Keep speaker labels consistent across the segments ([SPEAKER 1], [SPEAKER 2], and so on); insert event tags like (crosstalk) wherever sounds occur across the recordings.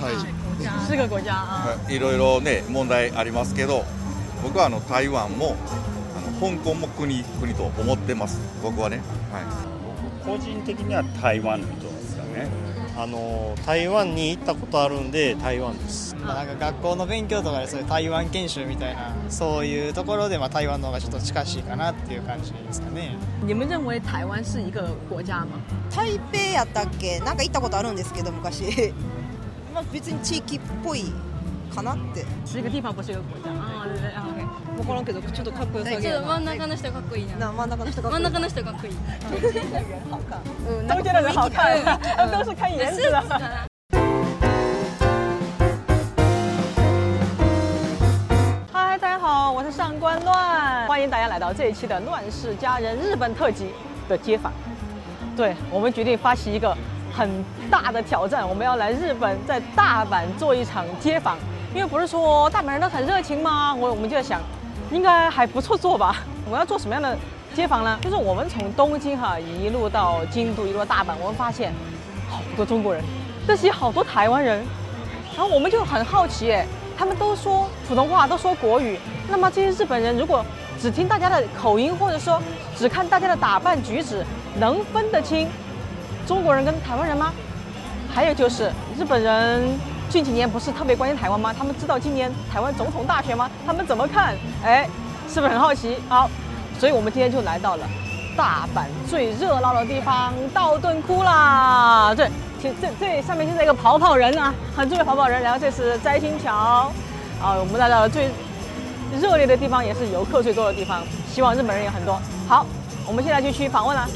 [SPEAKER 1] はい
[SPEAKER 2] 四个国家啊，
[SPEAKER 3] いろいろね問題ありますけど僕はあの台湾もあの香港も国国と思ってます僕はね、は
[SPEAKER 4] 個人的には台湾の人ですかね
[SPEAKER 5] あの台湾に行ったことあるんで台湾です
[SPEAKER 6] まあ、なんか学校の勉強とかでそういう台湾研修みたいなそういうところでまあ台湾の方がちょっと近しいかなっていう感じですかね
[SPEAKER 2] 你们认为台湾是一个国家吗？
[SPEAKER 7] 台北やったっけなんか行ったことあるんですけど昔 (laughs) まあ別に地域っぽいかなって
[SPEAKER 2] 是一个地方，不是一个国家啊，对不对啊？OK
[SPEAKER 8] 分からんけどちょっとかっこよさ
[SPEAKER 9] ち
[SPEAKER 8] げ
[SPEAKER 9] ょっ
[SPEAKER 8] や
[SPEAKER 9] と真ん中
[SPEAKER 8] な
[SPEAKER 9] の人かっこいいな。
[SPEAKER 7] な真ん中の人が
[SPEAKER 9] 真ん中の人かっこいい。
[SPEAKER 2] 嗯，都觉得很好看，啊都是看颜
[SPEAKER 9] ス
[SPEAKER 2] 值
[SPEAKER 9] ーツか
[SPEAKER 2] 的。
[SPEAKER 9] な。
[SPEAKER 2] 嗨，大家好，我是上官乱，欢迎大家来到这一期的《乱世佳人日本特辑》的街访。对我们决定发起一个很大的挑战，我们要来日本，在大阪做一场街访。因为不是说大阪人都很热情吗？我我们就在想，应该还不错做吧。 (laughs) 我们要做什么样的街访呢？就是我们从东京哈一路到京都，一路到大阪，我们发现好多中国人，但是也好多台湾人，然后我们就很好奇，哎，他们都说普通话，都说国语，那么这些日本人如果只听大家的口音，或者说只看大家的打扮举止，能分得清中国人跟台湾人吗？还有就是日本人近几年不是特别关心台湾吗？他们知道今年台湾总统大选吗？他们怎么看？哎，是不是很好奇？好，所以我们今天就来到了大阪最热闹的地方——道顿窟啦。对，其这这上面现在一个跑跑人啊，很著名的跑跑人。然后这是摘星桥，啊，我们来到了最热烈的地方，也是游客最多的地方。希望日本人也很多。好，我们现在就去访问了。啊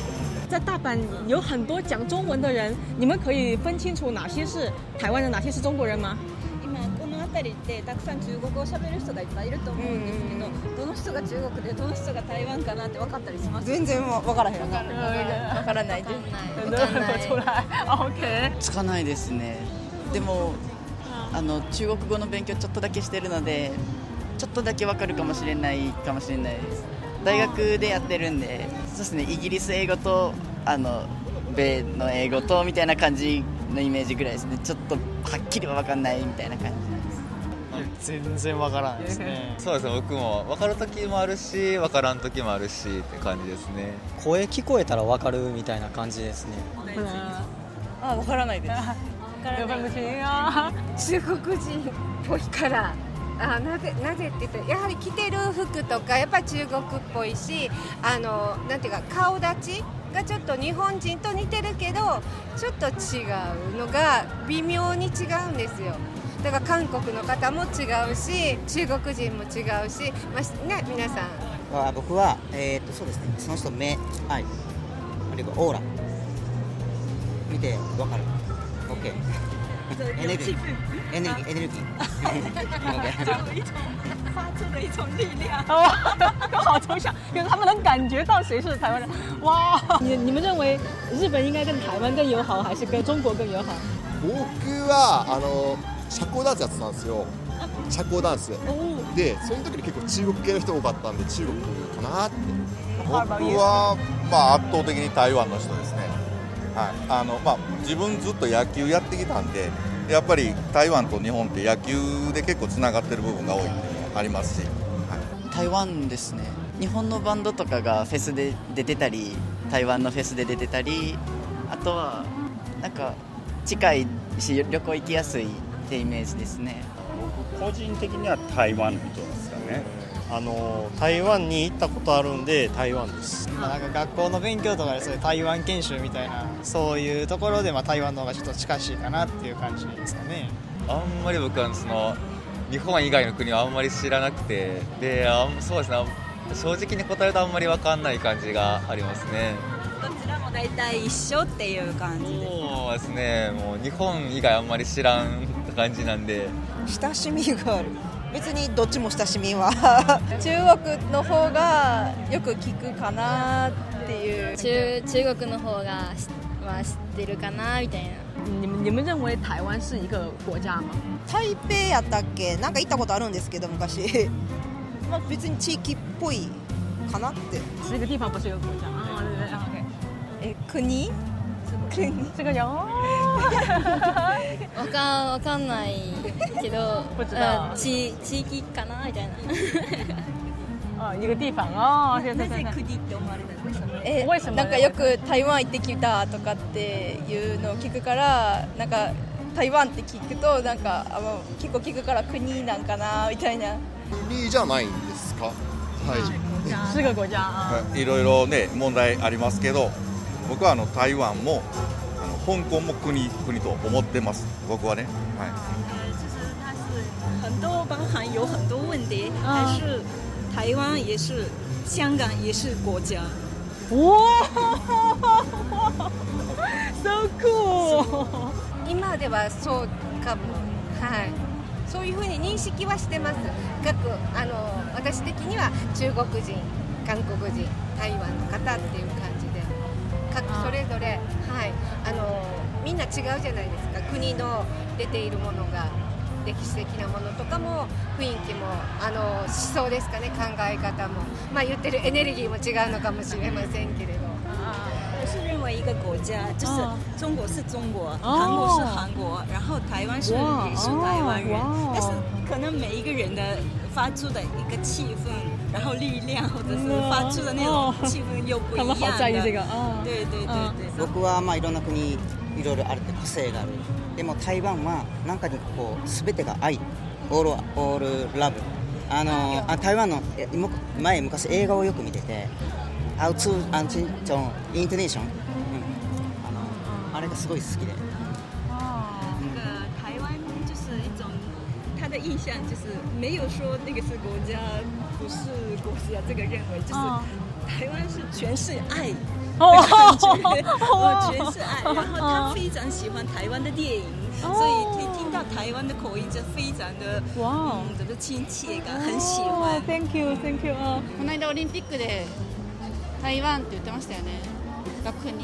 [SPEAKER 2] 在大阪有很多讲中文的人，你们可以分清楚哪些是台湾人，哪些是中国人吗？
[SPEAKER 8] 今この辺りってたくさん中国語をしゃべる人がいっぱいいると思うんですけど、どの人が中国でどの人が台湾かなって分かったりします
[SPEAKER 7] 全然わからへんな
[SPEAKER 8] 分からないです
[SPEAKER 2] 很多人都出来。OK。 (laughs)
[SPEAKER 10] つかないですねでもあの中国語の勉強ちょっとだけしてるのでちょっとだけわかるかもしれないかもしれないです大学でやってるんでそうですねイギリス英語とあの米の英語とみたいな感じのイメージぐらいですねちょっとはっきりはわかんないみたいな感じ
[SPEAKER 6] 全然わからないですね
[SPEAKER 11] そうですね僕も分かる時もあるし分からん時もあるしって感じですね
[SPEAKER 6] 声聞こえたらわかるみたいな感じですね
[SPEAKER 8] あ分からないです
[SPEAKER 2] 有分不 (laughs) 清啊。
[SPEAKER 12] 中国人っぽいからあなぜなぜって言ったらやはり着てる服とかやっぱり中国っぽいしあのなんていうか顔立ちがちょっと日本人と似てるけどちょっと違うのが微妙に違うんですよ。だから韓国の方も違うし中国人も違うし、まあね、皆さん
[SPEAKER 13] は僕は、えー、とそうですねその人目愛あるいはオーラ見てわかる OK エネルギーエネルギーエネルギー OK
[SPEAKER 2] 哦，刚好抽象，因为他们能感觉到谁是台湾人。哇，你你们认为日本应该跟台湾更友好，还是跟中国更友好？
[SPEAKER 14] 僕はあの社交ダンスやってたんですよ社交ダンスでその時に結構中国系の人多かったんで中国かなって
[SPEAKER 3] い、僕は、まあ、圧倒的に台湾の人ですね、はいあのまあ、自分ずっと野球やってきたんでやっぱり台湾と日本って野球で結構つながってる部分が多いありますし、は
[SPEAKER 10] 台湾ですね日本のバンドとかがフェスで出てたり台湾のフェスで出てたりあとはなんか近いし旅行行きやすいってイメージですね
[SPEAKER 4] 僕個人的には台湾の人ですかね
[SPEAKER 5] あの台湾に行ったことあるんで台湾です
[SPEAKER 6] まあ、なんか学校の勉強とかでそういう台湾研修みたいなそういうところでまあ台湾の方がちょっと近しいかなっていう感じですかね
[SPEAKER 11] い、あんまり僕はその日本以外の国はあんまり知らなくてであんそうですね正直に答えるとあんまり分かんない感じがありますね
[SPEAKER 8] どちらも大体一緒っていう感じです
[SPEAKER 11] そうですねもう日本以外あんまり知らん感じなんで
[SPEAKER 7] 親しみがある別にどっちも親しみは (laughs)
[SPEAKER 8] 中国の方がよく聞くかなっていう
[SPEAKER 9] 中中国の方がしは知ってるかなみたいな。
[SPEAKER 2] 你们你们认为台湾是一个国家吗？
[SPEAKER 7] 台北やったっけなんか行ったことあるんですけど昔まあ別に地域っぽいかなって
[SPEAKER 2] 是一个地方，不是一个国家啊，对不对？OK。
[SPEAKER 8] え国
[SPEAKER 2] 这个人哦，
[SPEAKER 9] わかんわかんないけど
[SPEAKER 2] 不知道
[SPEAKER 9] うん地地域かなみたいな
[SPEAKER 2] 啊，一个地方哦，现在在在。
[SPEAKER 1] え
[SPEAKER 2] 为什么
[SPEAKER 1] なんかよく台湾行ってきたとかっていうのを聞くからなんか台湾って聞くとなんかあの結構聞くから国なんかなみたいな
[SPEAKER 14] 国じゃないんですかはい
[SPEAKER 2] 是个国家啊。
[SPEAKER 3] いろいろね問題ありますけど僕はあの台湾もあの香港も国国と思ってます僕はね、は
[SPEAKER 8] 很多包含有很多问题，但是台湾也是，香港也是国家。
[SPEAKER 2] 哇，so cool！
[SPEAKER 12] 今ではそうかもはいそういうふうに認識はしてます各あの私的には中国人韓国人台湾の方っていう感じで各それぞれはいあのみんな違うじゃないですか国の出ているものが歴史的なものとかも雰囲気もあの思想ですかね考え方もまあ言ってるエネルギーも違うのかもしれませんけれど。
[SPEAKER 8] 我是认为一个国家，就是
[SPEAKER 12] 哦
[SPEAKER 8] 中国是中国，
[SPEAKER 12] 哦
[SPEAKER 8] 韩国是韩国，然后台湾是
[SPEAKER 12] 哇
[SPEAKER 8] 也是台湾人
[SPEAKER 12] 哦哇，
[SPEAKER 8] 但是可能每一个人的发出的一个气氛，然后力量或者是
[SPEAKER 2] 嗯
[SPEAKER 8] 发出的那种气氛又不
[SPEAKER 2] 他
[SPEAKER 8] 一样
[SPEAKER 2] 们
[SPEAKER 8] 的。
[SPEAKER 2] 好在意这个嗯
[SPEAKER 8] 对对对
[SPEAKER 2] 嗯
[SPEAKER 8] 对。
[SPEAKER 13] 僕はまあいろんな国いろいろあるって個性があるでも台湾はなんかにこう全てが愛オールオールラブあのあ台湾のえむ前昔映画をよく見ててアウツアンチンチョンイントネーション、うん、あのあれがすごい好きで
[SPEAKER 8] 那个台湾就是一种，他的印象就是没有说那个是国家，不是国家这个认为，就是
[SPEAKER 12] 哦
[SPEAKER 8] 台湾是全是爱。
[SPEAKER 12] 哦
[SPEAKER 8] 的感觉
[SPEAKER 12] 哦
[SPEAKER 8] 我全是爱。然后他
[SPEAKER 12] 哦
[SPEAKER 8] 非常喜欢台湾的电影，
[SPEAKER 12] 哦
[SPEAKER 8] 所以听听到台湾的口音就非常的哇，嗯怎么亲切感，很喜欢。
[SPEAKER 2] Thank you, thank you.
[SPEAKER 15] この間オリンピックで台湾って言ってましたよねが国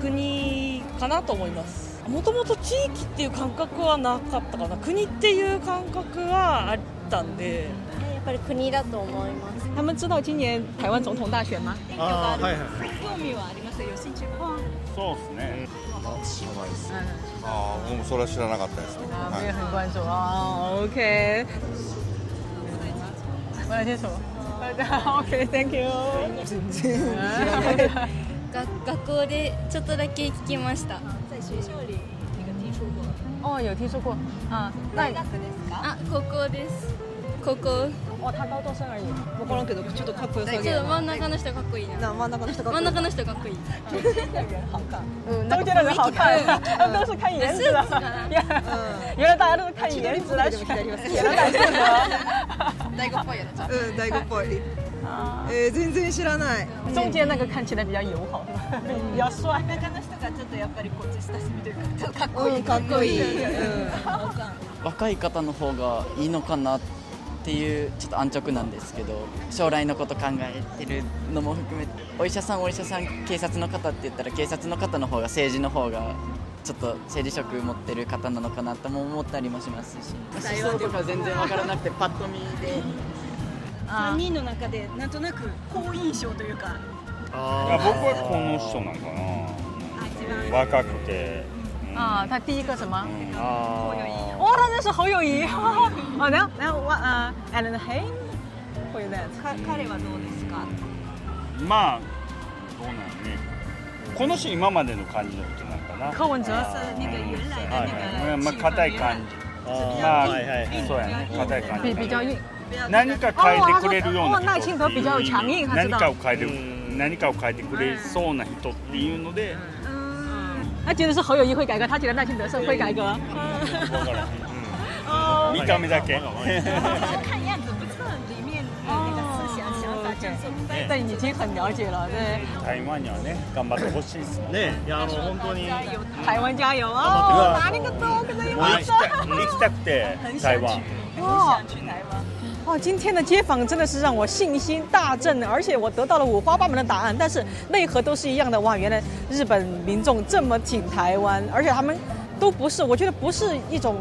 [SPEAKER 16] 国かなと思いますもともと地域っていう感覚はなかったかな国っていう感覚はあったんで
[SPEAKER 9] やっぱり国だと思います
[SPEAKER 2] 他们知道今年台湾总统大选吗？
[SPEAKER 4] あーはいはいはい
[SPEAKER 8] 興味はありますよ。有興趣吗？
[SPEAKER 4] そうですね
[SPEAKER 3] い、ああ僕もそれは知らなかったですね、
[SPEAKER 2] 啊，没有
[SPEAKER 3] は
[SPEAKER 2] 很关注啊。OK。我来接手。OK，Thank you。
[SPEAKER 13] 全然
[SPEAKER 9] が学校でちょっとだけ聞きました
[SPEAKER 2] 哦，有听说过啊？那你
[SPEAKER 9] あ高校です高校
[SPEAKER 2] 哦，他高中生而已。
[SPEAKER 9] わ
[SPEAKER 16] からんけどちょっとかっこよさ
[SPEAKER 9] ちょ
[SPEAKER 16] げ
[SPEAKER 9] っ
[SPEAKER 16] な
[SPEAKER 9] と真ん中の人かっこいいな。
[SPEAKER 16] 真ん中の人かっこいい
[SPEAKER 9] 真ん中の人かっこいい。
[SPEAKER 2] 嗯，中间的人好看，他们都是看颜值的。原来大家都是看颜值来选，也能感性格。大っぽいやつ。
[SPEAKER 17] うん、大悟っぽい。
[SPEAKER 2] 啊。
[SPEAKER 17] えー、全然知らない。
[SPEAKER 2] 中间那个看起来比较友好，是吧？比较帅。
[SPEAKER 8] 真ん中の人がちょっとやっぱりこっち親しみというか、ちょっとかっこいい。
[SPEAKER 10] うんかっこいい
[SPEAKER 8] うん
[SPEAKER 10] 若い方の方がいいのかなっていうちょっと安直なんですけど将来のこと考えてるのも含めてお医者さんお医者さん警察の方って言ったら警察の方の方が政治の方がちょっと政治色持ってる方なのかなとも思ったりもしますし思想とか全然わからなくてパッと見で
[SPEAKER 8] 3人の中でなんとなく好印象というか
[SPEAKER 4] あ僕はこの人なんかな若くて
[SPEAKER 2] 啊，他第一个什么？
[SPEAKER 4] あ
[SPEAKER 2] 哦，他认识侯友谊。哦，然后然后我啊，and hey，会的。
[SPEAKER 8] 彼はどうですか
[SPEAKER 4] ーまあどうなのねこの人今までの感じの人なんかな
[SPEAKER 2] 柯文哲
[SPEAKER 4] あー
[SPEAKER 8] なんか由来の
[SPEAKER 4] はいはいまあ硬い感じまあそうやね硬い感じ
[SPEAKER 2] 比比较硬。
[SPEAKER 4] 何か変えてくれるような
[SPEAKER 2] 哦他
[SPEAKER 4] 人
[SPEAKER 2] 说哦耐性
[SPEAKER 4] っ
[SPEAKER 2] 格
[SPEAKER 4] てい
[SPEAKER 2] 比
[SPEAKER 4] う
[SPEAKER 2] 较强
[SPEAKER 4] 意
[SPEAKER 2] 硬
[SPEAKER 4] 味
[SPEAKER 2] 他知
[SPEAKER 4] 何
[SPEAKER 2] 道
[SPEAKER 4] かを変えて何かを変えてくれそうな人っていうので
[SPEAKER 2] 他觉得是侯友谊会改革，他觉得赖清德是会改革。
[SPEAKER 4] 分から
[SPEAKER 2] 哦
[SPEAKER 4] へん見た目だ (laughs) け
[SPEAKER 8] 看样子不知道里面的那个思想想法就是不在
[SPEAKER 2] 但已经很了解了，对。
[SPEAKER 4] 台湾にはね頑張ってほしいですもんねいやあの本当に
[SPEAKER 2] 台湾加油
[SPEAKER 4] う
[SPEAKER 2] 哦！
[SPEAKER 4] わ
[SPEAKER 2] 哪里个多，可能有
[SPEAKER 4] もう行きたい行きたくて台湾
[SPEAKER 2] 哇！哇，哦今天的街访真的是让我信心大振，而且我得到了五花八门的答案，但是内核都是一样的。哇，原来日本民众这么挺台湾，而且他们都不是，我觉得不是一种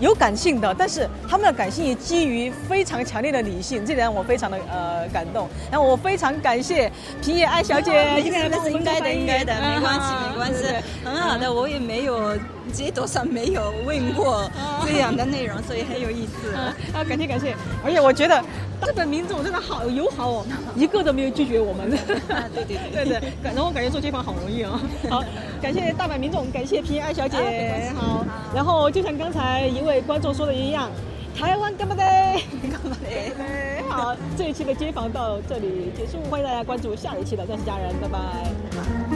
[SPEAKER 2] 有感性的，但是他们的感性也基于非常强烈的理性，这点让我非常的呃感动。然后我非常感谢平野爱小姐，今天来帮我们
[SPEAKER 8] 应该的，
[SPEAKER 2] 翻译
[SPEAKER 8] 应该的，没关系，
[SPEAKER 2] (laughs) 啊
[SPEAKER 8] 没关
[SPEAKER 2] 对
[SPEAKER 8] 系
[SPEAKER 2] 对对，
[SPEAKER 8] 很好的，我也没有街头上没有问过
[SPEAKER 2] 嗯
[SPEAKER 8] 这样的内容，所以很有意思。
[SPEAKER 2] 啊，感谢感谢！而且我觉得日本民众真的好友好哦，一个都没有拒绝我们。
[SPEAKER 8] 对对对
[SPEAKER 2] 对对，感然后感觉做街访好容易啊、好，感谢大阪民众，感谢平安小姐。
[SPEAKER 8] 啊没关系
[SPEAKER 2] 好，然后就像刚才一位观众说的一样，台湾干嘛的？干嘛的？好，这一期的街访到这里结束，欢迎大家关注下一期的《钻石家人》，拜拜。